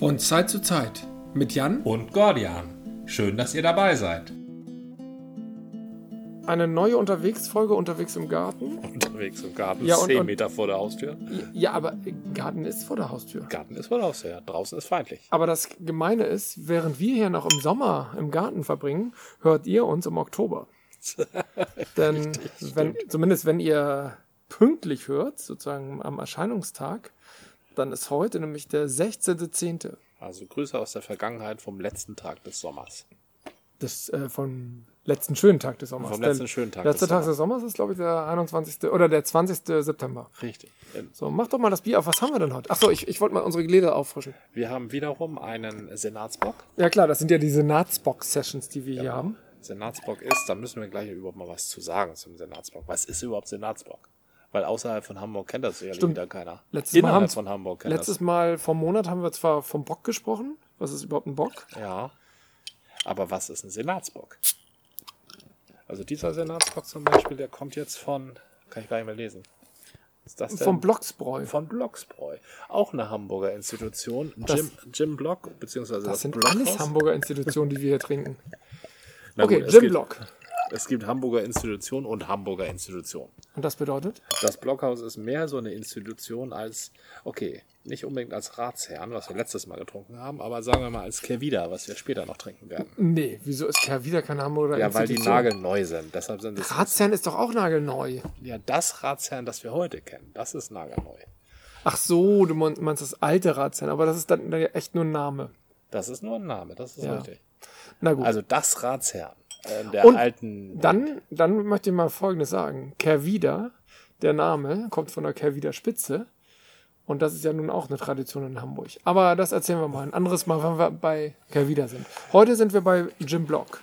und Zeit zu Zeit mit Jan. und Gordian. Schön, dass ihr dabei seid. Eine neue Unterwegsfolge unterwegs im Garten. unterwegs im Garten, ja, Ja, und- 10 und- Meter vor der Haustür. Ja, aber Garten ist vor der Haustür. Garten ist vor der Haustür, ja. draußen ist feindlich. Aber das Gemeine ist, während wir hier noch im Sommer im Garten verbringen, hört ihr uns im Oktober. Denn wenn, zumindest wenn ihr pünktlich hört, sozusagen am Erscheinungstag, dann ist heute nämlich der 16.10. Also Grüße aus der Vergangenheit vom letzten Tag des Sommers. Das äh, vom letzten schönen Tag des Sommers. Vom Der letzten schönen Tag letzter des Tag des Sommers ist, glaube ich, der 21. oder der 20. September. Richtig. Ähm, So, mach doch mal das Bier auf. Was haben wir denn heute? Achso, ich, ich wollte mal unsere Gläser auffrischen. Wir haben wiederum einen Senatsbock. Ja klar, das sind ja die Senatsbox-Sessions, die wir hier haben. Senatsbock ist, da müssen wir gleich überhaupt mal was zu sagen zum Senatsbock. Was ist überhaupt Senatsbock? Weil außerhalb von Hamburg kennt das sicherlich Stimmt. wieder keiner. Letztes Mal Innerhalb haben- von Hamburg kennt Letztes Mal vom Monat haben wir zwar vom Bock gesprochen. Was ist überhaupt ein Bock? das. Ja. Aber was ist ein Senatsbock? Also dieser Senatsbock zum Beispiel, der kommt jetzt von, kann ich gar nicht mehr lesen. Ist das Vom Blocksbräu. von Blocksbräu. Auch eine Hamburger Institution. Das- Jim, Jim Block, beziehungsweise Das sind Blockhaus. alles Hamburger Institutionen, die wir hier trinken. Na Okay, gut, es Jim gibt- Block. Es gibt Hamburger Institution und Hamburger Institution. Und das bedeutet? Das Blockhaus ist mehr so eine Institution als, okay, nicht unbedingt als Ratsherrn, was wir letztes Mal getrunken haben, aber sagen wir mal als Kervida, was wir später noch trinken werden. Nee, wieso ist ja wieder keine Hamburger Ja, weil die Institution? nagelneu sind. Deshalb sind es Ratsherrn ist doch auch nagelneu. ja das Ratsherrn, das wir heute kennen. Das ist nagelneu. Ach so, du mon- meinst das alte Ratsherrn, aber das ist dann ja echt nur ein Name. Das ist nur ein Name, das ist Ja. richtig. Na gut. Also das Ratsherrn äh, der Und alten Dann, dann möchte ich mal Folgendes sagen. Kervida, der Name, kommt von der Kervida Spitze. Und das ist ja nun auch eine Tradition in Hamburg. Aber das erzählen wir mal ein anderes Mal, wenn wir bei Kervida sind. Heute sind wir bei Jim Block.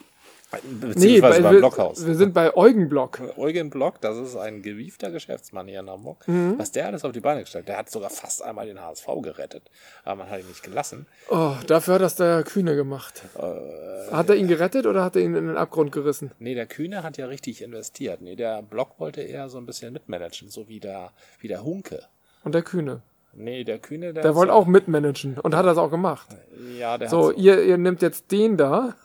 beziehungsweise beim wir, Blockhaus. wir sind bei Eugen Block. Eugen Block, das ist ein gewiefter Geschäftsmann hier in Hamburg. Mhm. Was der alles auf die Beine gestellt hat, der hat sogar fast einmal den HSV gerettet. Aber man hat ihn nicht gelassen. Oh, dafür hat das der Kühne gemacht. Äh, Hat er ihn gerettet oder hat er ihn in den Abgrund gerissen? Nee, der Kühne hat ja richtig investiert. Nee, der Block wollte eher so ein bisschen mitmanagen, so wie der, wie der Hunke. Und der Kühne. Nee, der Kühne, der, Der hat wollte so- auch mitmanagen und hat das auch gemacht. genau. Ja, genau. der So, hat so, ihr, ihr nehmt jetzt den da,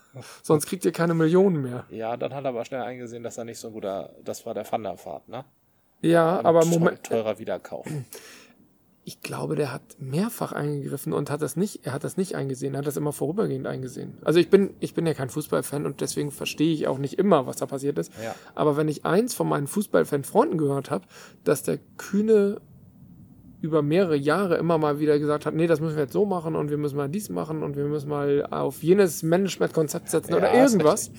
sonst kriegt ihr keine Millionen mehr. ja, dann hat er aber schnell eingesehen, dass er nicht so ein guter, das war der Thunderfahrt, ne? Ja, aber Teu- Moment, Teurer Wiederkauf. Ich glaube, der hat mehrfach eingegriffen und hat das nicht, er hat das nicht eingesehen, er hat das immer vorübergehend eingesehen. Also ich bin, ich bin ja kein Fußballfan und deswegen verstehe ich auch nicht immer, was da passiert ist. Ja. Aber wenn ich eins von meinen Fußballfan-Freunden gehört habe, dass der Kühne über mehrere Jahre immer mal wieder gesagt hat, nee, das müssen wir jetzt so machen und wir müssen mal dies machen und wir müssen mal auf jenes Management-Konzept setzen Ja, oder ist irgendwas.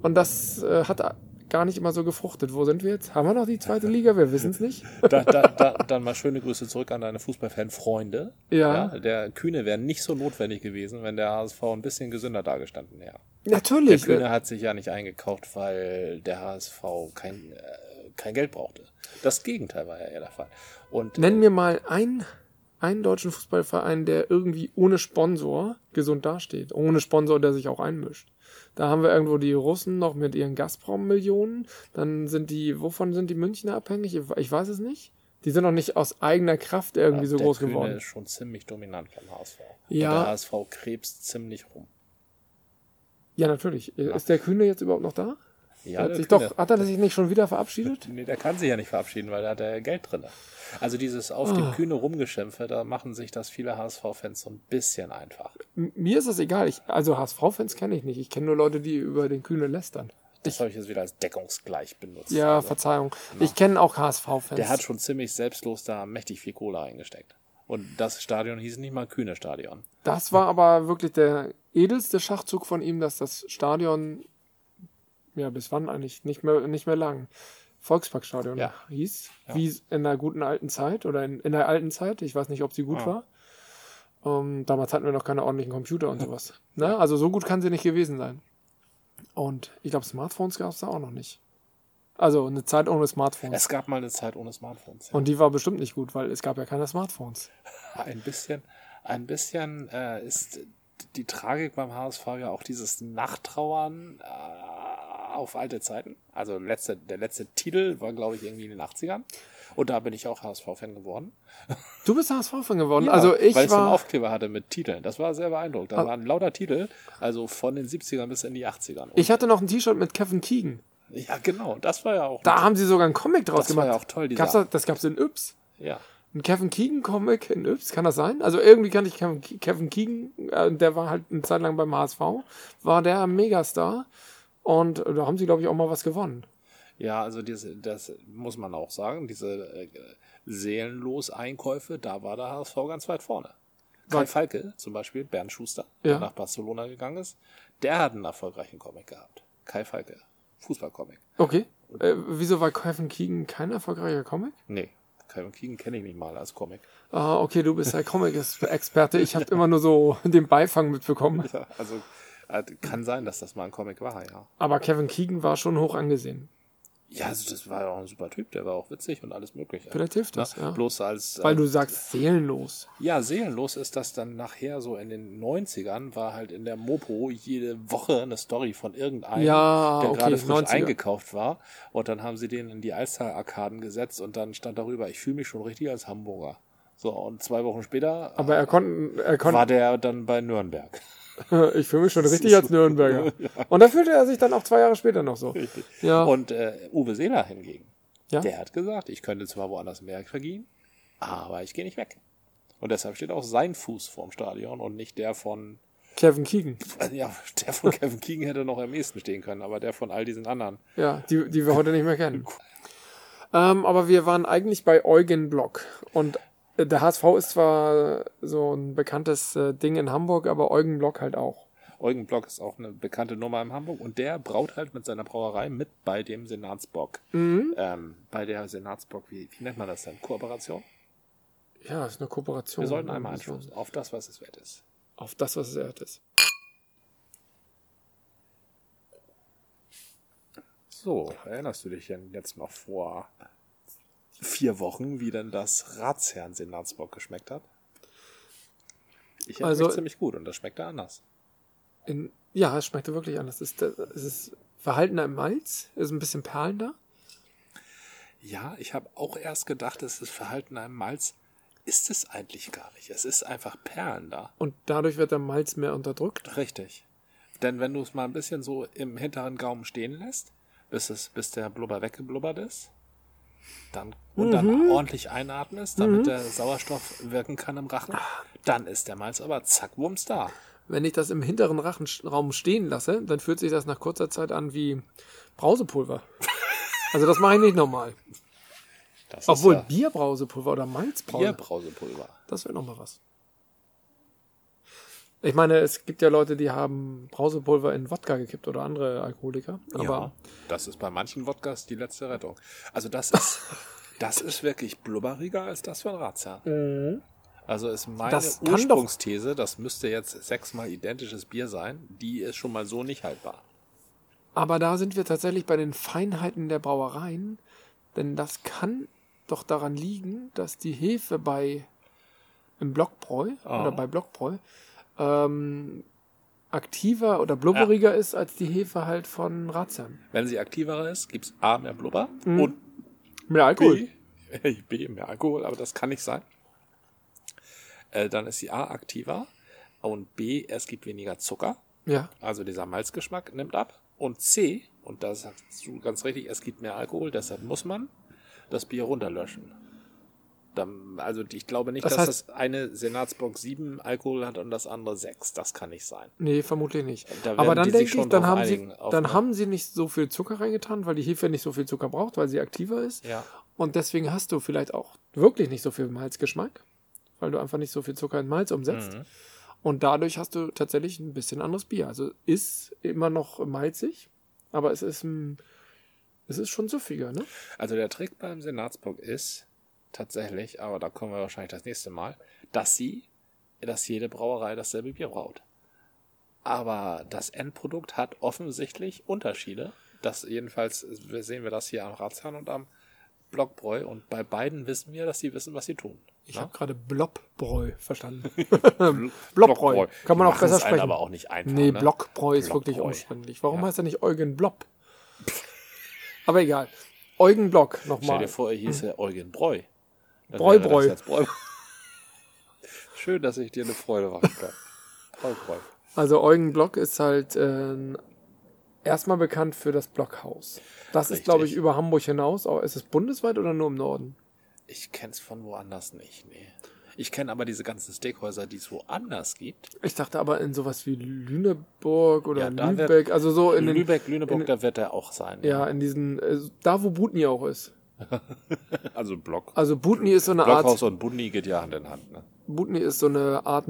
Und das äh, hat gar nicht immer so gefruchtet. Wo sind wir jetzt? Haben wir noch die zweite Liga? Wir wissen es nicht. da, da, da, dann mal schöne Grüße zurück an deine Fußballfan-Freunde. Ja. Der Kühne wäre nicht so notwendig gewesen, wenn der HSV ein bisschen gesünder dagestanden wäre. Der Natürlich. Kühne hat sich ja nicht eingekauft, weil der HSV kein, äh, kein Geld brauchte. Das Gegenteil war ja eher der Fall. Und Nenn mir mal einen, einen deutschen Fußballverein, der irgendwie ohne Sponsor gesund dasteht. Ohne Sponsor, der sich auch einmischt. Da haben wir irgendwo die Russen noch mit ihren Gazprom-Millionen. Dann sind die, wovon sind die Münchner abhängig? Ich- Ich weiß es nicht. Die sind noch nicht aus eigener Kraft irgendwie so der groß Kühne geworden. ist schon ziemlich dominant beim HSV. Ja. Und der HSV krebst ziemlich rum. Ja, natürlich. Ist der Kühne jetzt überhaupt noch da? Ja, hat der sich Kühne- doch, hat er sich nicht schon wieder verabschiedet? Nee, der kann sich ja nicht verabschieden, weil da hat er ja Geld drin. Also dieses auf Ah. dem Kühne rumgeschimpfe, da machen sich das viele HSV-Fans so ein bisschen einfach. M- Mir ist das egal. Ich, also HSV-Fans kenne ich nicht. Ich kenne nur Leute, die über den Kühne lästern. Das habe ich jetzt wieder als deckungsgleich benutzt. Ja, also, Verzeihung. Ich kenne auch HSV-Fans. der hat schon ziemlich selbstlos da mächtig viel Kohle eingesteckt. Und das Stadion hieß nicht mal Kühne Stadion. Das war aber wirklich der edelste Schachzug von ihm, dass das Stadion, ja, bis wann eigentlich? Nicht mehr, nicht mehr lang. Volksparkstadion Ja. hieß, wie in der guten alten Zeit oder in, in der alten Zeit. Ich weiß nicht, ob sie gut Ah. war. Ähm, damals hatten wir noch keine ordentlichen Computer und sowas. Ne? Also so gut kann sie nicht gewesen sein. Und ich glaube, Smartphones gab es da auch noch nicht. Also eine Zeit ohne Smartphones. Es gab mal eine Zeit ohne Smartphones. Ja. und die war bestimmt nicht gut, weil es gab ja keine Smartphones. Ein bisschen, ein bisschen äh, ist die Tragik beim HSV ja auch dieses Nachtrauern äh, auf alte Zeiten. Also letzte, der letzte Titel war, glaube ich, irgendwie in den 80ern. Und da bin ich auch HSV-Fan geworden. Du bist HSV-Fan geworden. Ja, also ich weil ich so einen war. Ah. Aufkleber hatte mit Titeln. Das war sehr beeindruckend. Da waren lauter Titel, also von den 70ern bis in die 80ern. Und Ich hatte noch ein T-Shirt mit Kevin Keegan. ja, genau. Das war ja auch. Da haben sie sogar einen Comic draus Das war gemacht. ja auch toll, dieser- Gab's das, das gab's in Yps. ja. Ein Kevin Keegan-Comic in Yps, kann das sein? Also irgendwie kannte ich Kevin, Ke- Kevin Keegan, äh, der war halt eine Zeit lang beim HSV, war der Megastar. Und äh, da haben sie, glaube ich, auch mal was gewonnen. ja, also diese, das muss man auch sagen. Diese äh, seelenlos Einkäufe, da war der HSV ganz weit vorne. Kai Weil- Falke zum Beispiel, Bernd Schuster, Ja. der nach Barcelona gegangen ist, der hat einen erfolgreichen Comic gehabt. Kai Falke, Fußballcomic. Okay. Äh, wieso war Kevin Keegan kein erfolgreicher Comic? Nee, Kai Keegan kenne ich nicht mal als Comic. Ah, okay, du bist ja Comic-Experte. Ich habe immer nur so den Beifang mitbekommen. Ja, also äh, kann sein, dass das mal ein Comic war, ja. Aber Kevin Keegan war schon hoch angesehen. Ja, also das war ja auch ein super Typ, der war auch witzig und alles mögliche. Vielleicht hilft das, Ne? ja. Bloß als Weil äh, du sagst, seelenlos. ja, seelenlos ist das dann nachher so in den 90ern war halt in der Mopo jede Woche eine Story von irgendeinem, Ja, der okay, gerade frisch 90er. eingekauft war und dann haben sie den in die Alster-Arkaden gesetzt und dann stand darüber, ich fühle mich schon richtig als Hamburger. So, und zwei Wochen später Aber er konnte, er war konnte, der dann bei Nürnberg. ich fühle mich schon richtig als Nürnberger. Und da fühlte er sich dann auch zwei Jahre später noch so. Ja. Und äh, Uwe Seeler hingegen, Ja. der hat gesagt, ich könnte zwar woanders mehr verdienen, aber ich gehe nicht weg. Und deshalb steht auch sein Fuß vorm Stadion und nicht der von, Kevin Keegan. Also ja, der von Kevin Keegan hätte noch am ehesten stehen können, aber der von all diesen anderen. Ja, die, die wir heute nicht mehr kennen. Ähm, aber wir waren eigentlich bei Eugen Block. Und äh, der HSV ist zwar so ein bekanntes äh, Ding in Hamburg, aber Eugen Block halt auch. Eugen Block ist auch eine bekannte Nummer in Hamburg und der braut halt mit seiner Brauerei mit bei dem Senatsbock. Ähm, bei der Senatsbock, wie, wie nennt man das denn? Kooperation? Ja, ist eine Kooperation. Wir sollten einmal anstoßen auf das, was es wert ist. Auf das, was es wert ist. So, erinnerst du dich denn jetzt noch vor vier Wochen, wie denn das Ratsherrn-Senatsbock geschmeckt hat? Ich erinnere Also- mich ziemlich gut und das schmeckte anders. In, ja, es schmeckte wirklich anders. Es ist, äh, es ist verhaltener im Malz, ist ein bisschen perlender. Ja, ich habe auch erst gedacht, es ist verhalten einem Malz. Ist es eigentlich gar nicht. Es ist einfach Perlen da. Und dadurch wird der Malz mehr unterdrückt. Richtig. Denn wenn du es mal ein bisschen so im hinteren Gaumen stehen lässt, bis, es, bis der Blubber weggeblubbert ist, dann, und dann ordentlich einatmest, damit der Sauerstoff wirken kann im Rachen, dann ist der Malz aber zack, wumms da. Wenn ich das im hinteren Rachenraum stehen lasse, dann fühlt sich das nach kurzer Zeit an wie Brausepulver. Also das mache ich nicht nochmal. Das Obwohl ist Bierbrausepulver oder Malzbrause, ja Bierbrausepulver. das wäre nochmal was. Ich meine, es gibt ja Leute, die haben Brausepulver in Wodka gekippt oder andere Alkoholiker. Aber ja, das ist bei manchen Wodkas die letzte Rettung. Also das ist, das ist wirklich blubberiger als das von Ratsherr. Also ist meine Mhm. Das kann doch- Ursprungsthese, das müsste jetzt sechsmal identisches Bier sein, die ist schon mal so nicht haltbar. Aber da sind wir tatsächlich bei den Feinheiten der Brauereien, denn das kann doch daran liegen, dass die Hefe bei im Blockbräu Ah. oder bei Blockbräu ähm, aktiver oder blubberiger ist als die Hefe halt von Ratsherrn. Wenn sie aktiver ist, gibt's A mehr Blubber Mhm. und Mehr B, B mehr Alkohol, aber das kann nicht sein. Äh, dann ist sie A aktiver und B, es gibt weniger Zucker. Ja. Also dieser Malzgeschmack nimmt ab. Und C, und da sagst du ganz richtig, es gibt mehr Alkohol, deshalb muss man das Bier runterlöschen. Dann, also ich glaube nicht, Das dass heißt- das eine Senatsbox 7 Alkohol hat und das andere 6. Das kann nicht sein. Nee, vermutlich nicht. Da werden Aber dann die sich denke ich, schon dann drauf haben, sie, einigen, auf dann eine- haben sie nicht so viel Zucker reingetan, weil die Hefe nicht so viel Zucker braucht, weil sie aktiver ist. Ja. Und deswegen hast du vielleicht auch wirklich nicht so viel Malzgeschmack, weil du einfach nicht so viel Zucker in Malz umsetzt. Mhm. Und dadurch hast du tatsächlich ein bisschen anderes Bier. Also ist immer noch malzig, aber es ist, ein, es ist schon süffiger, ne? Also der Trick beim Senatsbock ist tatsächlich, aber da kommen wir wahrscheinlich das nächste Mal, dass sie, dass jede Brauerei dasselbe Bier braut. Aber das Endprodukt hat offensichtlich Unterschiede. Das jedenfalls äh, sehen wir das hier am Ratsherrn und am Blockbräu und bei beiden wissen wir, dass sie wissen, was sie tun. ne? Ich Ja? habe gerade Blobbräu verstanden. Blockbräu. Blobbräu. Kann man Die auch machen besser es einem sprechen. aber auch nicht einfach. nee, ne? Blockbräu ist wirklich Blockbräu. umständlich. Warum Ja. heißt er nicht Eugen Blob? Aber egal. Eugen Block Stell dir nochmal. vor, er hieß ja Eugen Breu. Dann Breu, wäre das Breu. jetzt Breu. Schön, dass ich dir eine Freude machen kann. Breu, Breu. Also Eugen Block ist halt ähm, erstmal bekannt für das Blockhaus. Das ist, Richtig. glaube ich, über Hamburg hinaus. Auch- Ist es bundesweit oder nur im Norden? Ich kenn's von woanders nicht, nee. Ich kenne aber diese ganzen Steakhäuser, die es woanders gibt. Ich dachte aber in sowas wie Lüneburg oder Ja, da wär- Lübeck, also so in In den, Lübeck, Lüneburg, in- da wird er auch sein. ne? ja, in diesen, äh, da wo Butni auch ist. Also Block. Also Butni ist so eine Art, Blockhaus und Bundi geht ja Hand in Hand, ne? Butni ist so eine Art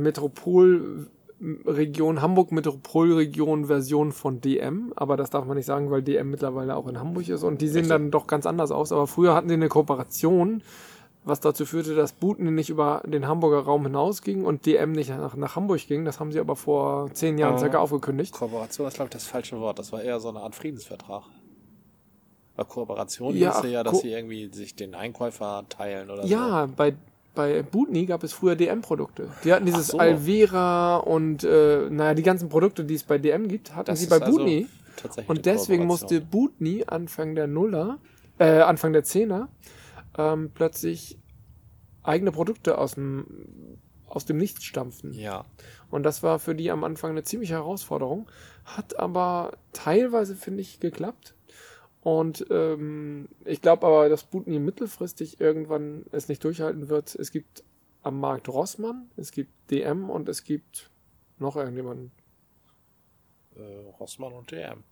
Metropolregion, Hamburg Metropolregion Version von DM, aber das darf man nicht sagen, weil DM mittlerweile auch in Hamburg ist und die sehen Richtig. dann doch ganz anders aus, aber früher hatten sie eine Kooperation, was dazu führte, dass Butni nicht über den Hamburger Raum hinausging und DM nicht nach, nach Hamburg ging, das haben sie aber vor zehn Jahren Ah. circa aufgekündigt. Kooperation ist, glaube ich, das falsche Wort. Das war eher so eine Art Friedensvertrag. Weil Kooperation Ja, ja, hieß ja, ach, dass Ko- sie irgendwie sich den Einkäufer teilen oder so. Ja, bei, bei Butni gab es früher DM-Produkte. Die hatten dieses Ach so. Alvera und äh, naja, die ganzen Produkte, die es bei DM gibt, hatten sie bei Butni. tatsächlich eine und deswegen musste also Kooperation. Butni Anfang der Nuller, äh, Anfang der Zehner, ähm, plötzlich eigene Produkte aus dem aus dem Nichts stampfen. Ja, Und das war für die am Anfang eine ziemliche Herausforderung, hat aber teilweise, finde ich, geklappt. Und ähm, ich glaube aber, dass Butni mittelfristig irgendwann es nicht durchhalten wird. Es gibt am Markt Rossmann, es gibt DM und es gibt noch irgendjemanden. äh, Rossmann und DM.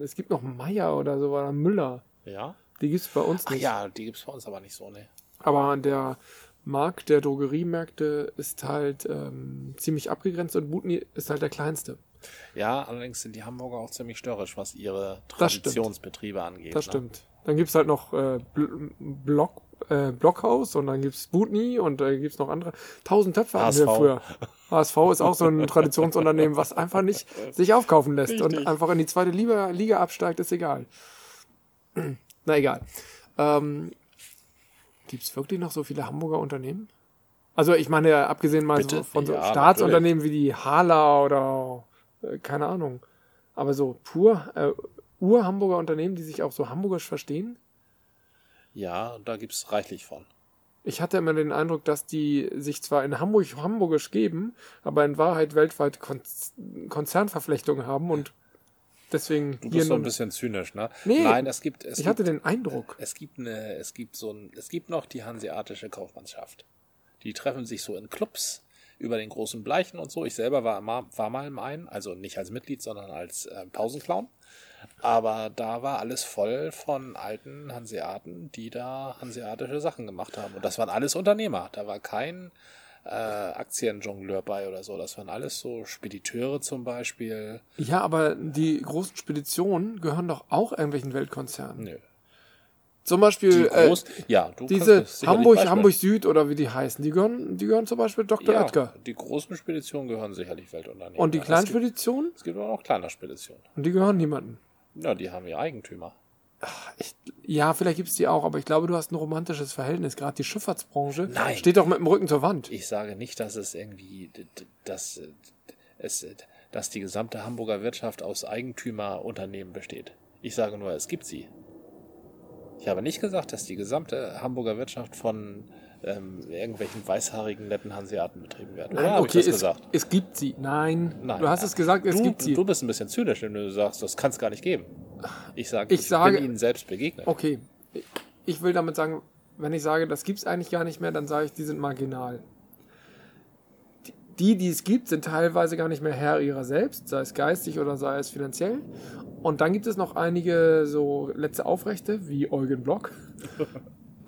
Es gibt noch Meier oder so oder Müller. Ja? Die gibt's bei uns Ach nicht. ja, die gibt's bei uns aber nicht so, ne? Aber der Markt der Drogeriemärkte ist halt ähm, ziemlich abgegrenzt und Butni ist halt der kleinste. Ja, allerdings sind die Hamburger auch ziemlich störrisch, was ihre Das stimmt. Traditionsbetriebe angeht. Das ne? stimmt. Dann gibt's halt noch äh, Bl Block, äh, Blockhaus und dann gibt's Butni und da gibt's noch andere. Tausend Töpfe hatten wir HSV. früher. HSV ist auch so ein Traditionsunternehmen, was einfach nicht sich aufkaufen lässt und Richtig. einfach in die zweite Liga, Liga absteigt, ist egal. Na egal. Ähm, gibt's wirklich noch so viele Hamburger Unternehmen? Also ich meine, ja, abgesehen mal so Bitte? von so Ja, Staatsunternehmen wie die Hala oder äh, keine Ahnung. Aber so pur äh, Ur-Hamburger Unternehmen, die sich auch so hamburgisch verstehen. Ja, da gibt's reichlich von. Ich hatte immer den Eindruck, dass die sich zwar in Hamburg hamburgisch geben, aber in Wahrheit weltweit Kon Konzernverflechtungen haben und deswegen Du hier bist so ein nur- bisschen zynisch, ne? Nee, Nein, es gibt. Es Ich gibt, hatte den Eindruck. Es gibt eine, es gibt so ein, es gibt noch die hanseatische Kaufmannschaft. Die treffen sich so in Clubs über den großen Bleichen und so. Ich selber war mal, war mal im einen, also nicht als Mitglied, sondern als äh, Pausenclown. Aber da war alles voll von alten Hanseaten, die da hanseatische Sachen gemacht haben. Und das waren alles Unternehmer. Da war kein äh, Aktienjongleur bei oder so. Das waren alles so Spediteure zum Beispiel. Ja, aber die großen Speditionen gehören doch auch irgendwelchen Weltkonzernen. Nö. Zum Die Beispiel äh, groß, ja, du diese kannst sicherlich Hamburg, Beispiele- Hamburg Süd oder wie die heißen, die gehören, die gehören zum Beispiel Dr. Ja, Oetker. die großen Speditionen gehören sicherlich Weltunternehmen. Und die Ja, es kleinen gibt- Speditionen, Es gibt aber auch kleine Speditionen. und die gehören niemandem. Ja, die haben ihr Eigentümer. Ich, ja, vielleicht gibt's die auch, aber ich glaube, du hast ein romantisches Verhältnis. Gerade die Schifffahrtsbranche Nein. steht doch mit dem Rücken zur Wand. Ich sage nicht, dass es irgendwie, d- d- dass, äh, es, äh, dass die gesamte Hamburger Wirtschaft aus Eigentümerunternehmen besteht. Ich sage nur, es gibt sie. Ich habe nicht gesagt, dass die gesamte Hamburger Wirtschaft von ähm, irgendwelchen weißhaarigen, netten Hanseaten betrieben wird. Oder habe ich das es, gesagt? es gibt sie. Nein, Nein. äh, du hast es gesagt, es du, gibt sie. Du bist ein bisschen zynisch, wenn du sagst, das kann es gar nicht geben. Ich sage, Ich ich, sage- Oh. bin ihnen selbst begegnet. Okay, ich will damit sagen, wenn ich sage, das gibt's eigentlich gar nicht mehr, dann sage ich, die sind marginal. Die, die es gibt, sind teilweise gar nicht mehr Herr ihrer selbst, sei es geistig oder sei es finanziell. Und dann gibt es noch einige so letzte Aufrechte, wie Eugen Block.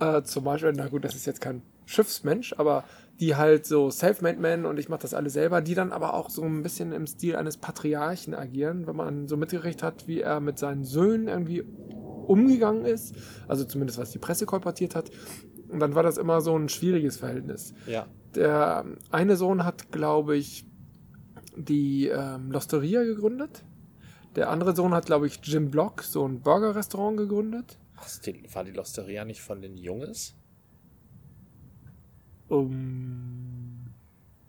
äh, zum Beispiel, na gut, das ist jetzt kein Schiffsmensch, aber die halt so Self-Made Man und ich mache das alles selber, die dann aber auch so ein bisschen im Stil eines Patriarchen agieren, wenn man so mitgekriegt hat, wie er mit seinen Söhnen irgendwie umgegangen ist, also zumindest was die Presse kolportiert hat, und dann war das immer so ein schwieriges Verhältnis. Ja. Der eine Sohn hat, glaube ich, die ähm, Losteria gegründet. Der andere Sohn hat, glaube ich, Jim Block, so ein Burger-Restaurant gegründet. Ach, ist die- war die Losteria nicht von den Junges? Ähm,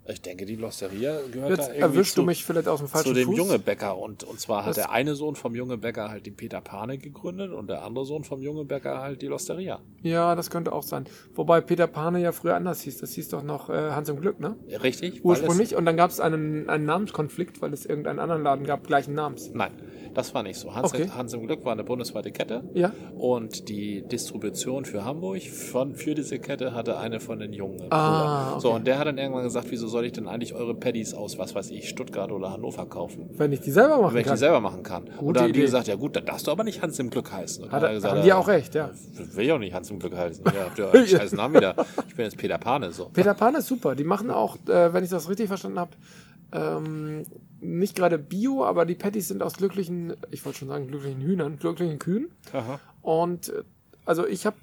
Ich denke, die Losteria gehört Jetzt da Um, irgendwie erwischst zu, du mich vielleicht auf dem falschen zu dem Fuß. Junge Bäcker. Und, und zwar Das- hat der eine Sohn vom Junge Bäcker halt den Peter Pane gegründet und der andere Sohn vom Junge Bäcker halt die Losteria. Ja, das könnte auch sein. Wobei Peter Pane ja früher anders hieß. Das hieß doch noch äh, Hans im Glück, ne? Richtig? Weil es- Ursprünglich. Und dann gab es einen, einen Namenskonflikt, weil es irgendeinen anderen Laden gab, gleichen Namens. Nein, das war nicht so. Hans, Okay. Hans im Glück war eine bundesweite Kette. Ja. Und die Distribution für Hamburg von, für diese Kette hatte eine von den Jungen. im Ah, Bruder. So, und der hat dann irgendwann gesagt, wieso soll ich denn eigentlich eure Paddies aus, was weiß ich, Stuttgart oder Hannover kaufen? Wenn ich die selber machen Wenn ich die kann. selber machen kann. und Gute dann haben die Idee. gesagt, ja gut, dann darfst du aber nicht Hans im Glück heißen. Und Hat, dann er gesagt, haben die ja, auch recht, ja. Will ich auch nicht Hans im Glück heißen. Ja, habt ihr euren scheiß Namen wieder. Ich bin jetzt Peter Pane. So. Peter Pan ist super. Die machen auch, äh, wenn ich das richtig verstanden habe, ähm, nicht gerade Bio, aber die Patties sind aus glücklichen, ich wollte schon sagen glücklichen Hühnern, glücklichen Kühen. Aha. Und äh, also ich habe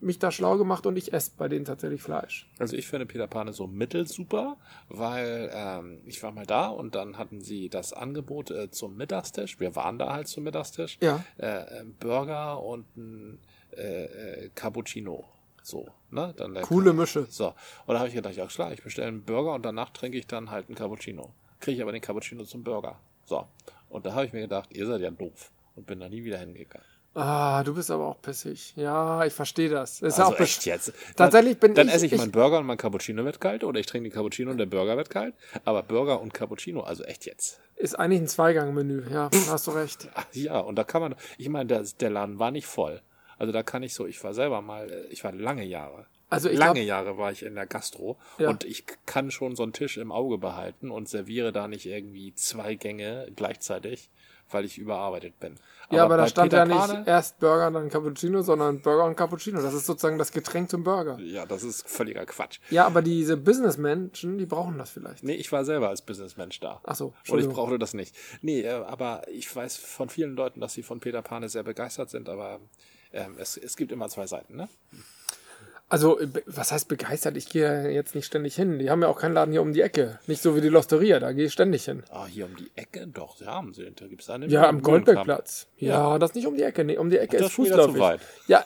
mich da schlau gemacht und ich esse bei denen tatsächlich Fleisch. Also ich finde Peter Pane so mittelsuper, weil ähm, ich war mal da und dann hatten sie das Angebot äh, zum Mittagstisch. Wir waren da halt zum Mittagstisch. Ja. Äh, ein Burger und ein äh, äh, Cappuccino. So, ne? Dann der Coole Mische. So, und da habe ich gedacht, ja klar, ich bestelle einen Burger und danach trinke ich dann halt einen Cappuccino. Kriege ich aber den Cappuccino zum Burger. So, und da habe ich mir gedacht, ihr seid ja doof und bin da nie wieder hingegangen. Ah, du bist aber auch pissig. Ja, ich verstehe das. Ist ja Also auch besch- echt jetzt. Tatsächlich bin dann ich- Dann esse ich, ich- meinen Burger und mein Cappuccino wird kalt oder ich trinke den Cappuccino und der Burger wird kalt. Aber Burger und Cappuccino, also echt jetzt. Ist eigentlich ein Zweigang-Menü. Ja, hast du recht. Ach Ja, und da kann man, ich meine, der, der Laden war nicht voll. Also da kann ich so, ich war selber mal, äh, ich war lange Jahre. Also ich lange glaub- Jahre war ich in der Gastro Ja. und ich kann schon so einen Tisch im Auge behalten und serviere da nicht irgendwie zwei Gänge gleichzeitig, weil ich überarbeitet bin. Ja, aber da bei stand Peter ja nicht Pane- erst Burger, dann Cappuccino, sondern Burger und Cappuccino. Das ist sozusagen das Getränk zum Burger. Ja, das ist völliger Quatsch. Ja, aber diese Businessmenschen, die brauchen das vielleicht. Nee, ich war selber als Businessmensch da. Ach so, Und ich Entschuldigung. brauchte das nicht. Nee, äh, aber ich weiß von vielen Leuten, dass sie von Peter Pane sehr begeistert sind, aber ähm, es, es gibt immer zwei Seiten, ne? Also, äh, be- was heißt begeistert? Ich gehe ja jetzt nicht ständig hin. Die haben ja auch keinen Laden hier um die Ecke. Nicht so wie die Losteria, da gehe ich ständig hin. Ah, hier um die Ecke? Doch, sie haben sie. Da gibt's eine. ne? Ja, am Mühlenkamp. Goldbergplatz. Ja, das nicht um die Ecke. Nee, um die Ecke Ach, das ist ist wieder zu fußläufig. weit. Ja,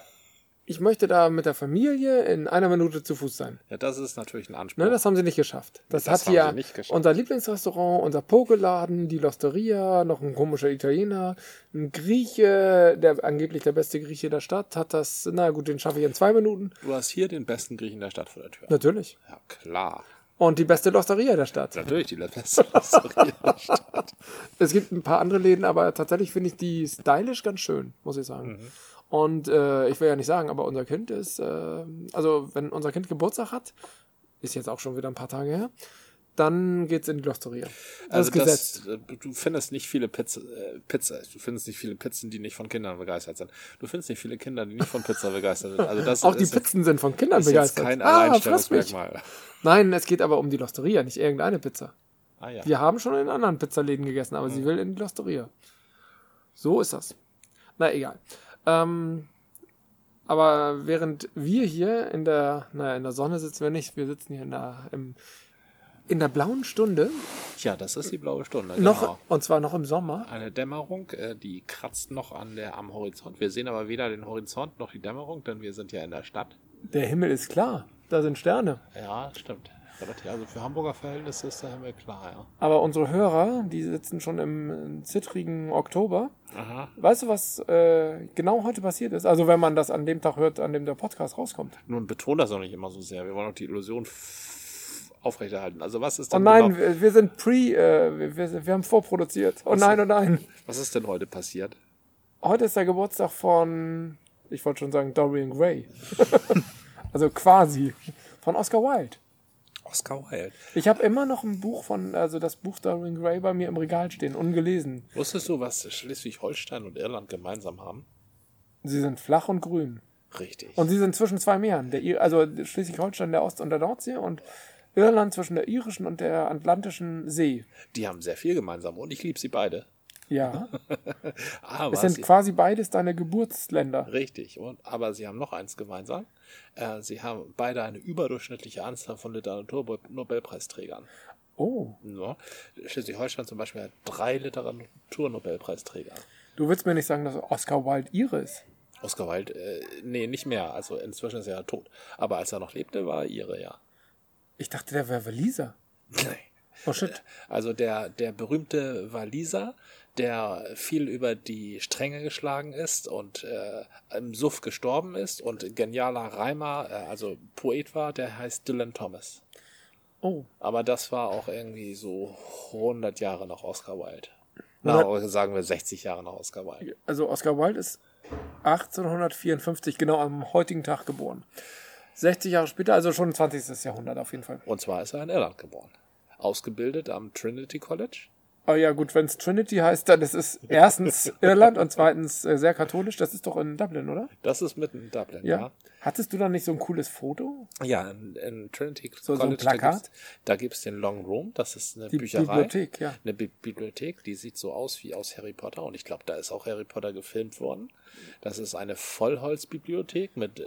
ich möchte da mit der Familie in einer Minute zu Fuß sein. Ja, das ist natürlich ein Anspruch. Ne, das haben sie nicht geschafft. Das, das hat haben ja sie nicht geschafft. unser Lieblingsrestaurant, unser Pokeladen, die Losteria, noch ein komischer Italiener, ein Grieche, der angeblich der beste Grieche der Stadt, hat das, na gut, den schaffe ich in zwei Minuten. du hast hier den besten Griechen der Stadt vor der Tür. Natürlich. Ja, klar. Und die beste Losteria der Stadt. Natürlich, die letzte Losteria. Es gibt ein paar andere Läden, aber tatsächlich finde ich die stylisch ganz schön, muss ich sagen. Mhm. Und äh, ich will ja nicht sagen, aber unser Kind ist, äh, also wenn unser Kind Geburtstag hat, ist jetzt auch schon wieder ein paar Tage her, dann geht's in die Losteria. Das Also ist Gesetz. das, äh, du findest nicht viele Pizza, äh, Pizza, du findest nicht viele Pizzen, die nicht von Kindern begeistert sind. Du findest nicht viele Kinder, die nicht von Pizza begeistert sind. Also das Auch die ist jetzt- Pizzen sind von Kindern ist jetzt begeistert. Ah, kein fress mich. Alleinstellungsmerkmal. Nein, es geht aber um die Losteria, nicht irgendeine Pizza. Ah, ja. Wir haben schon in anderen Pizzaläden gegessen, aber Mhm. sie will in die Losteria. So ist das. Na egal. Ähm, aber während wir hier in der, naja, in der Sonne sitzen wir nicht, wir sitzen hier in der, im, in der blauen Stunde, ja, das ist die blaue Stunde. noch, Genau. und zwar noch im Sommer. Eine Dämmerung, äh, die kratzt noch an der, am Horizont. Wir sehen aber weder den Horizont noch die Dämmerung, denn wir sind ja in der Stadt. Der Himmel ist klar, da sind Sterne. Ja, stimmt. Relativ- Also für Hamburger Verhältnisse ist der Himmel klar, ja. Aber unsere Hörer, die sitzen schon im zittrigen Oktober. Aha. Weißt du, was äh, genau heute passiert ist? Also, wenn man das an dem Tag hört, an dem der Podcast rauskommt. Nun betont das auch nicht immer so sehr. Wir wollen auch die Illusion f- aufrechterhalten. Also was ist Oh denn nein, genau, wir, wir sind pre, äh, wir- wir, sind- wir haben vorproduziert. Oh nein, oh nein. was ist denn heute passiert? Heute ist der Geburtstag von, ich wollte schon sagen, Dorian Gray. also quasi. Von Oscar Wilde. Oscar Wilde. Ich habe immer noch ein Buch von, also das Buch Dorian Gray bei mir im Regal stehen, ungelesen. Wusstest du, was Schleswig-Holstein und Irland gemeinsam haben? Sie sind flach und grün. Richtig. Und sie sind zwischen zwei Meeren. Der, Ir- also Schleswig-Holstein der Ost- und der Nordsee und Irland zwischen der irischen und der atlantischen See. die haben sehr viel gemeinsam und ich liebe sie beide. Ja. Aber Es sind sie- quasi beides deine Geburtsländer. Richtig. Und, aber sie haben noch eins gemeinsam. Äh, sie haben beide eine überdurchschnittliche Anzahl von Literaturnobelpreisträgern. Oh. Ja. Schleswig-Holstein zum Beispiel hat drei Literaturnobelpreisträger. Du willst mir nicht sagen, dass Oscar Wilde ihre ist. Oscar Wilde, äh, nee, nicht mehr. Also inzwischen ist er ja tot. Aber als er noch lebte, war er ihre, ja. Ich dachte, der wäre Waliser. Nein. Oh shit. Also der, der berühmte Waliser, der viel über die Stränge geschlagen ist und äh, im Suff gestorben ist und genialer Reimer, äh, also Poet war, der heißt Dylan Thomas. Oh. Aber das war auch irgendwie so 100 Jahre nach Oscar Wilde. Na, sagen wir 60 Jahre nach Oscar Wilde. Also Oscar Wilde ist 1854, genau am heutigen Tag geboren. 60 Jahre später, also schon 20. Jahrhundert auf jeden Fall. Und zwar ist er in Irland geboren. Ausgebildet am Trinity College. Aber ja gut, wenn es Trinity heißt, dann ist es erstens Irland und zweitens äh, sehr katholisch. Das ist doch in Dublin, oder? Das ist mitten in Dublin, Ja. ja. Hattest du da nicht so ein cooles Foto? Ja, in, in Trinity So- so ein College. da Plakat? gibt's- Da gibt es den Long Room, das ist eine Die Bücherei. Bibliothek, ja. Eine Bi Bibliothek, die sieht so aus wie aus Harry Potter und ich glaube, da ist auch Harry Potter gefilmt worden. Das ist eine Vollholzbibliothek mit äh,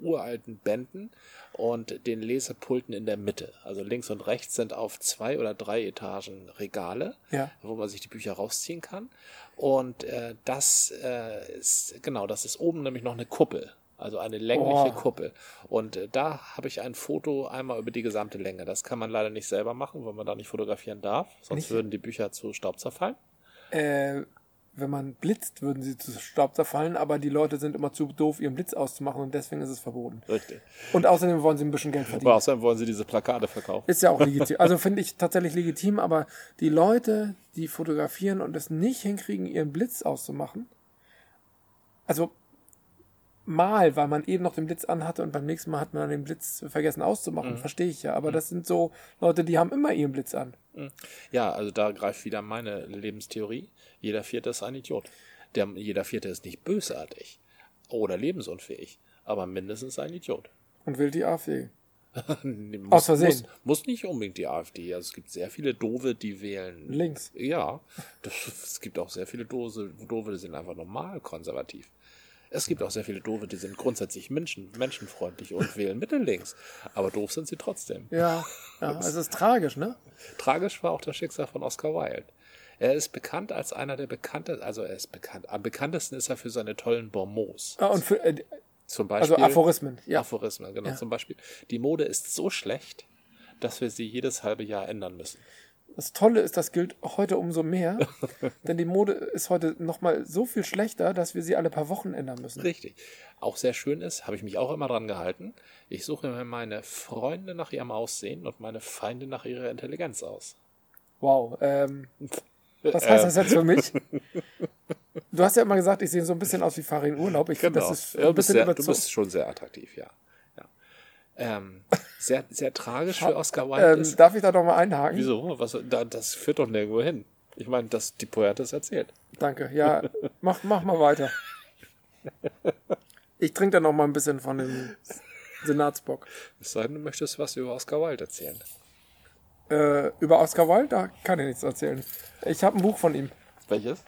uralten Bänden und den Lesepulten in der Mitte. Also links und rechts sind auf zwei oder drei Etagen Regale, Ja. wo man sich die Bücher rausziehen kann. Und äh, das äh, ist, genau, das ist oben nämlich noch eine Kuppel. Also eine längliche Oh. Kuppel. Und äh, da habe ich ein Foto einmal über die gesamte Länge. Das kann man leider nicht selber machen, weil man da nicht fotografieren darf. Sonst Nicht? würden die Bücher zu Staub zerfallen. Äh, wenn man blitzt, würden sie zu Staub zerfallen, aber die Leute sind immer zu doof, ihren Blitz auszumachen und deswegen ist es verboten. Richtig. Und außerdem wollen sie ein bisschen Geld Aber verdienen. außerdem wollen sie diese Plakate verkaufen. Ist ja auch legitim. Also finde ich tatsächlich legitim, aber die Leute, die fotografieren und es nicht hinkriegen, ihren Blitz auszumachen, also mal, weil man eben noch den Blitz anhatte und beim nächsten Mal hat man dann den Blitz vergessen auszumachen, verstehe ich ja. Aber das sind so Leute, die haben immer ihren Blitz an. Ja, also da greift wieder meine Lebenstheorie. Jeder Vierte ist ein Idiot. Der, jeder Vierte ist nicht bösartig oder lebensunfähig, aber mindestens ein Idiot. Und will die E. AfD. Hm, Muss, Aus Versehen. Muss, muss nicht unbedingt die AfD. Also es gibt sehr viele Dove, die wählen. Links. Ja, das, es gibt auch sehr viele Dose, Dove, die sind einfach normal konservativ. Es gibt auch sehr viele Dove, die sind grundsätzlich Menschen, menschenfreundlich und wählen mittellinks. Aber doof sind sie trotzdem. Ja, ja es ist tragisch, ne? Tragisch war auch das Schicksal von Oscar Wilde. Er ist bekannt als einer der bekanntesten, also er ist bekannt. Am bekanntesten ist er für seine tollen Bonbons. Ah, und für, äh, Zum also Beispiel. Aphorismen, ja. Aphorismen, genau. Ja. Zum Beispiel. Die Mode ist so schlecht, dass wir sie jedes halbe Jahr ändern müssen. Das Tolle ist, das gilt heute umso mehr, denn die Mode ist heute nochmal so viel schlechter, dass wir sie alle paar Wochen ändern müssen. Richtig. Auch sehr schön ist, habe ich mich auch immer dran gehalten. Ich suche mir meine Freunde nach ihrem Aussehen und meine Feinde nach ihrer Intelligenz aus. Wow. Ähm, Äh, was heißt das jetzt für mich? Du hast ja immer gesagt, ich sehe so ein bisschen aus wie Farin Urlaub. Ich finde, Genau. das ist Ja, du, ein bist bisschen sehr, du überzogen. bist schon sehr attraktiv, ja. ja. Ähm, sehr, sehr tragisch für Oscar Wilde Ähm, ist. darf ich da nochmal einhaken? Wieso? Was, da, das führt doch nirgendwo hin. Ich meine, das, die Pointe ist erzählt. Danke. Ja, mach, mach mal weiter. Ich trinke da nochmal ein bisschen von dem Senatsbock. Es sei denn, du möchtest was über Oscar Wilde erzählen. Äh, über Oscar Wilde, da kann ich nichts erzählen. Ich habe ein Buch von ihm. Welches?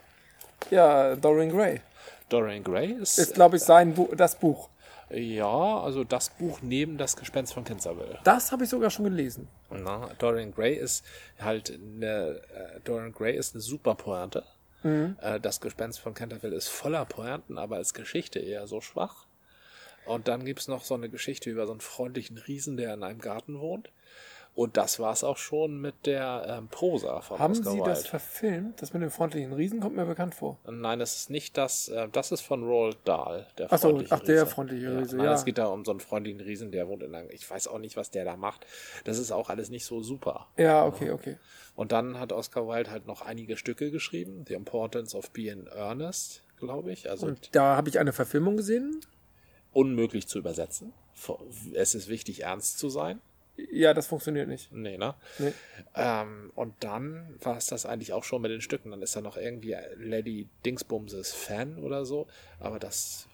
Ja, Dorian Gray. Dorian Gray ist, Ist, glaube ich, sein Bu das Buch. ja, also das Buch neben das Gespenst von Kinzerville. Das habe ich sogar schon gelesen. Na, Dorian Gray ist halt eine, äh, Dorian Gray ist eine super Pointe. Mhm. Äh, das Gespenst von Canterville ist voller Pointen, aber als Geschichte eher so schwach. Und dann gibt's noch so eine Geschichte über so einen freundlichen Riesen, der in einem Garten wohnt. Und das war's auch schon mit der ähm, Prosa von Haben Oscar Sie Wilde. das verfilmt? Das mit dem freundlichen Riesen kommt mir bekannt vor. Nein, es ist nicht das, äh, das ist von Roald Dahl, der Ach so, freundliche ach, der freundliche Riese, nein, ja. Es geht da um so einen freundlichen Riesen, der wohnt in einem, ich weiß auch nicht, was der da macht. Das ist auch alles nicht so super. Ja, okay, okay. Und dann hat Oscar Wilde halt noch einige Stücke geschrieben. The Importance of Being Earnest, glaube ich. Also Und da habe ich eine Verfilmung gesehen. unmöglich zu übersetzen. Es ist wichtig, ernst zu sein. Ja, das funktioniert nicht. Nee, ne? Nee. Ähm, und dann war es das eigentlich auch schon mit den Stücken. Dann ist da noch irgendwie Lady Dingsbumses Fan oder so. Aber das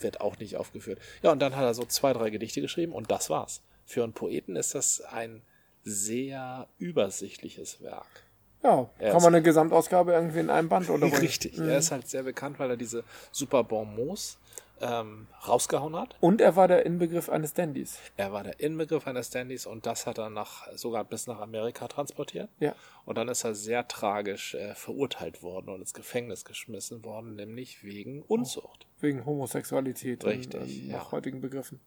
wird auch nicht aufgeführt. Ja, und dann hat er so zwei, drei Gedichte geschrieben und das war's. Für einen Poeten ist das ein sehr übersichtliches Werk. Ja, Ja, kann es- man eine Gesamtausgabe irgendwie in einem Band oder Mhm. Richtig. Er ist halt sehr bekannt, weil er diese super Bonbons ähm, rausgehauen hat. Und er war der Inbegriff eines Dandys. Er war der Inbegriff eines Dandys und das hat er nach, sogar bis nach Amerika transportiert. Ja. Und dann ist er sehr tragisch äh, verurteilt worden und ins Gefängnis geschmissen worden, nämlich wegen Unzucht. Oh. Wegen Homosexualität Richtig, in, ähm, ja. nach heutigen Begriffen.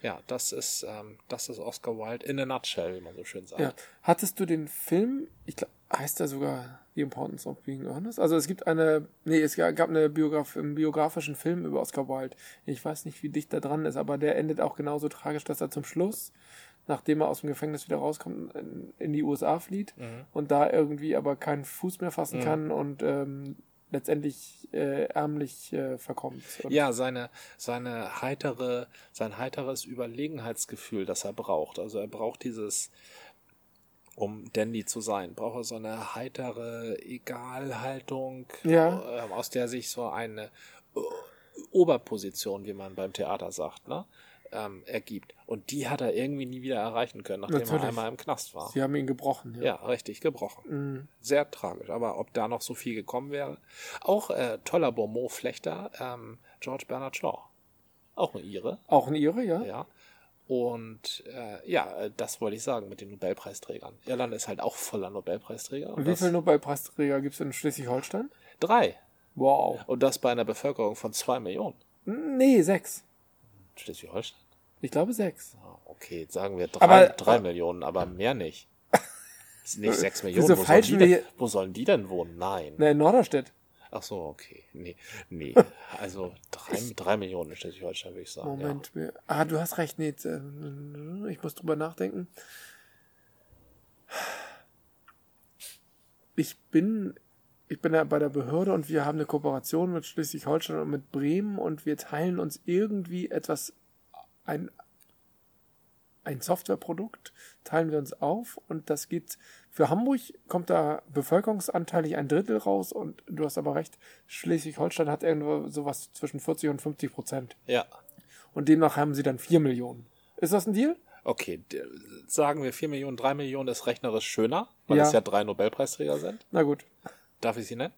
Ja, das ist, ähm, das ist Oscar Wilde in a nutshell, wie man so schön sagt. Ja. Hattest du den Film, ich glaube, heißt er sogar The Importance of Being Earnest? Also es gibt eine, nee, es ga- gab eine Biograf, einen biografischen Film über Oscar Wilde. Ich weiß nicht, wie dicht da dran ist, aber der endet auch genauso tragisch, dass er zum Schluss, nachdem er aus dem Gefängnis wieder rauskommt, in, in die USA flieht Mhm. und da irgendwie aber keinen Fuß mehr fassen kann und ähm, letztendlich äh, ärmlich äh, verkommt. Und Ja, seine, seine heitere, sein heiteres Überlegenheitsgefühl, das er braucht. Also er braucht dieses, um Dandy zu sein, braucht er so eine heitere Egalhaltung, Ja. ähm, aus der sich so eine äh, Oberposition, wie man beim Theater sagt, ne? ähm, ergibt. Und die hat er irgendwie nie wieder erreichen können, nachdem Natürlich. er einmal im Knast war. Sie haben ihn gebrochen, ja. Mhm. Ja, richtig, gebrochen. Sehr tragisch. Aber ob da noch so viel gekommen wäre. Auch äh, toller Beaumont-Flechter, ähm, George Bernard Shaw. Auch ein Ire, Auch ein Irre, ja? ja. Und äh, ja, äh, das wollte ich sagen mit den Nobelpreisträgern. Irland ist halt auch voller Nobelpreisträger. Und Und wie das, viele Nobelpreisträger gibt es in Schleswig-Holstein? drei. Wow. Und das bei einer Bevölkerung von zwei Millionen. Nee, sechs. Schleswig-Holstein. Ich glaube sechs. Ah, Okay, jetzt sagen wir drei, Aber- äh, drei Millionen, aber mehr nicht. Das sind nicht sechs Millionen. Wieso wo, sollen die feilschen wir denn, hier- wo sollen die denn wohnen? Nein. Na, in Norderstedt. Ach so, okay. Nee, nee. Also drei, drei Millionen in Schleswig-Holstein, würde ich sagen. Moment. mir- Ah, du hast recht. Nee, äh, ich muss drüber nachdenken. Ich bin, ich bin ja bei der Behörde und wir haben eine Kooperation mit Schleswig-Holstein und mit Bremen und wir teilen uns irgendwie etwas, ein, ein Softwareprodukt, teilen wir uns auf und das geht, für Hamburg kommt da bevölkerungsanteilig ein Drittel raus und du hast aber recht, Schleswig-Holstein hat irgendwo sowas zwischen 40 und 50 Prozent. Ja. ja. Und demnach haben sie dann 4 Millionen. Ist das ein Deal? Okay, d- sagen wir vier Millionen, drei Millionen ist rechnerisch schöner, weil Ja. es ja drei Nobelpreisträger sind. Na gut. Darf ich sie nennen?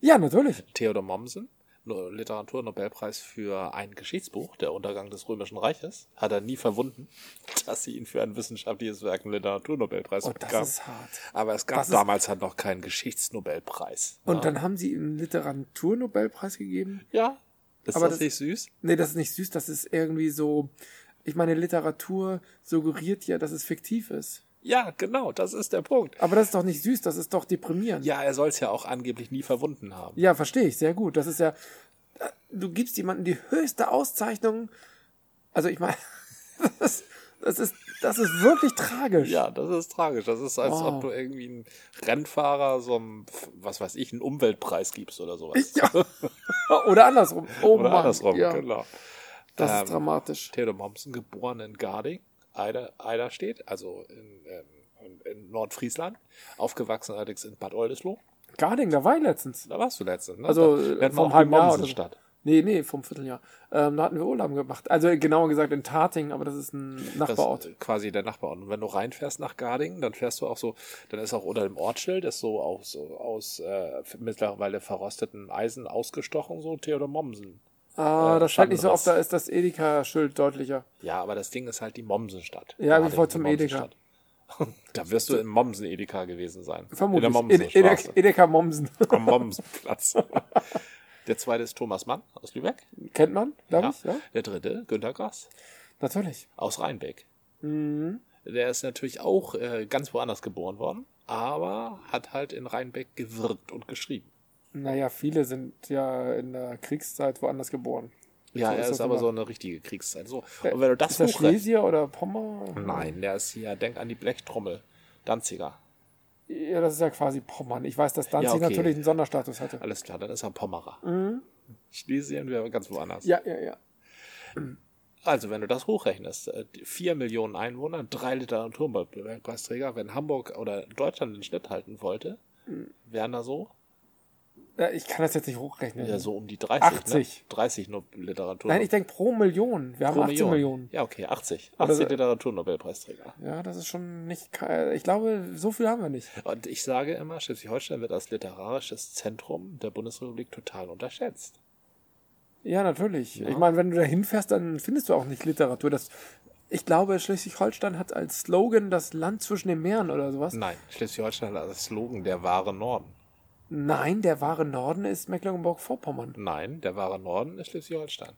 Ja, natürlich. Theodor Mommsen, No- Literaturnobelpreis für ein Geschichtsbuch, Der Untergang des Römischen Reiches. Hat er nie verwunden, dass sie ihn für ein wissenschaftliches Werk einen Literaturnobelpreis Oh, das bekam. ist hart. Aber es gab das ist- damals halt noch keinen Geschichtsnobelpreis. Und Ja. dann haben sie ihm einen Literaturnobelpreis gegeben? Ja. Ist Aber das das- nicht süß? Nee, das ist nicht süß, das ist irgendwie so. Ich meine, Literatur suggeriert ja, dass es fiktiv ist. Ja, genau, das ist der Punkt. Aber das ist doch nicht süß, das ist doch deprimierend. Ja, er soll es ja auch angeblich nie verwunden haben. ja verstehe ich, sehr gut. Das ist ja. Du gibst jemandem die höchste Auszeichnung. Also ich meine, das, das, ist, das ist wirklich tragisch. Ja, das ist tragisch. Das ist, als Oh. ob du irgendwie einem Rennfahrer so einen, was weiß ich, einen Umweltpreis gibst oder sowas. Ja. Oder andersrum. Oh oder Mann. andersrum, ja. genau. Das Ähm, ist dramatisch. Theodor Mommsen, geboren in Garding, Eider, Eider steht, also in, ähm, in Nordfriesland, aufgewachsen allerdings in Bad Oldesloe. Garding, da war ich letztens. Da warst du letztens, ne? Also da, wir äh, hatten vom auch die halben Jahr. Oder so. Mommsenstadt. Nee, nee, vom Vierteljahr. Ähm, da hatten wir Urlaub gemacht. Also äh, genauer gesagt in Tating, aber das ist ein Das äh, Nachbarort. ist quasi der Nachbarort. Und wenn du reinfährst nach Garding, dann fährst du auch so, dann ist auch unter dem Ortsschild, ist so auch so aus äh, mittlerweile verrosteten Eisen ausgestochen, so Theodor Mommsen. ah, äh, das scheint nicht so Schattenriss. auf, da ist das Edeka-Schild deutlicher. Ja, aber das Ding ist halt die Mommsenstadt. Ja, Garding, ich wollte die zum Edeka. Mommsenstadt. Da wirst du im Mommsen-Edeka gewesen sein. Vermutlich. In der Mommsenstraße. Ede- Edeka Mommsen. Am Momsenplatz. Der zweite ist Thomas Mann aus Lübeck. Kennt man, glaube ich, ja? Der dritte, Günter Grass Natürlich. aus Rheinbeck. Mhm. Der ist natürlich auch äh, ganz woanders geboren worden, aber hat halt in Rheinbeck gewirkt und geschrieben. Naja, viele sind ja in der Kriegszeit woanders geboren. Ja, So er ist ist das aber immer. so eine richtige Kriegszeit. So, Äh, und wenn du das Ist das Buch re- Schlesier oder Pommern? Nein, der ist hier, denk an die Blechtrommel. Danziger. Ja, das ist ja quasi Pommern. Ich weiß, dass Danzig Ja, okay. Also natürlich einen Sonderstatus hatte. Alles klar, dann ist er Pommerer. Schlesien wäre ganz woanders. Ja, ja, ja. Also, wenn du das hochrechnest, äh, die vier Millionen Einwohner, drei Literaturnobelpreisträger, wenn Hamburg oder Deutschland den Schnitt halten wollte, wären da so, Ja, Äh, Ich kann das jetzt nicht hochrechnen. ja, so um die 30. 80. Ne? 30 no Literatur. Nein, ich denke pro Million. Wir haben Pro 18 Million. Millionen. Ja, okay, 80. Oder 80 so- Literaturnobelpreisträger. Ja, das ist schon nicht. ke- Ich glaube, so viel haben wir nicht. Und ich sage immer, Schleswig-Holstein wird als literarisches Zentrum der Bundesrepublik total unterschätzt. Ja, natürlich. Ich meine, wenn du da hinfährst, dann findest du auch nicht Literatur. Das, ich glaube, Schleswig-Holstein hat als Slogan das Land zwischen den Meeren oder sowas. Nein, Schleswig-Holstein hat als Slogan der wahre Norden. Nein, der wahre Norden ist Mecklenburg-Vorpommern. Nein, der wahre Norden ist Schleswig-Holstein.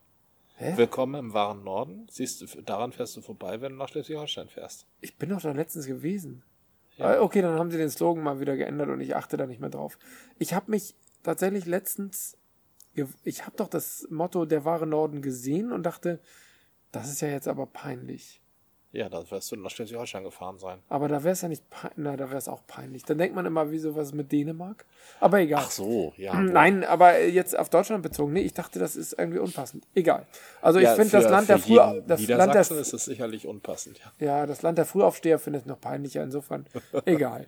Willkommen im wahren Norden. Siehst du, daran fährst du vorbei, wenn du nach Schleswig-Holstein fährst. Ich bin doch da letztens gewesen. Ah, Okay, dann haben sie den Slogan mal wieder geändert und ich achte da nicht mehr drauf. Ich habe mich tatsächlich letztens, ge- ich habe doch das Motto der wahre Norden gesehen und dachte, das ist ja jetzt aber peinlich. Ja, dann wirst du nach Schleswig-Holstein gefahren sein. Aber da wäre es ja nicht peinlich, na, da wäre es auch peinlich. Dann denkt man immer, wieso was ist mit Dänemark? Aber egal. Ach so, ja. Hm, gut. Nein, aber jetzt auf Deutschland bezogen. Nee, ich dachte, das ist irgendwie unpassend. Egal. Also Ja, ich finde für- das Land für der früher, jeden das Land der Niedersachsen ist es sicherlich unpassend, ja. Ja, das Land der Frühaufsteher findet noch peinlicher, insofern egal.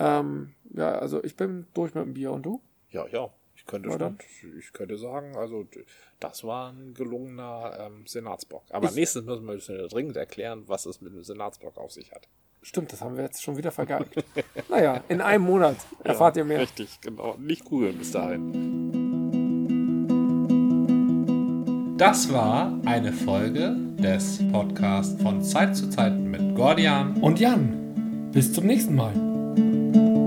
ähm, ja, also ich bin durch mit dem Bier und du? Ja, ja. Ich könnte, Na schon, ich könnte sagen, also d- das war ein gelungener ähm, Senatsbock. Aber nächstes müssen wir müssen wir dringend erklären, was es mit dem Senatsbock auf sich hat. Stimmt, das haben wir jetzt schon wieder vergeigt. naja, in einem Monat erfahrt ihr mehr. Richtig, genau. Nicht googeln bis dahin. Das war eine Folge des Podcasts von Zeit zu Zeit mit Gordian Und Jan. Bis zum nächsten Mal.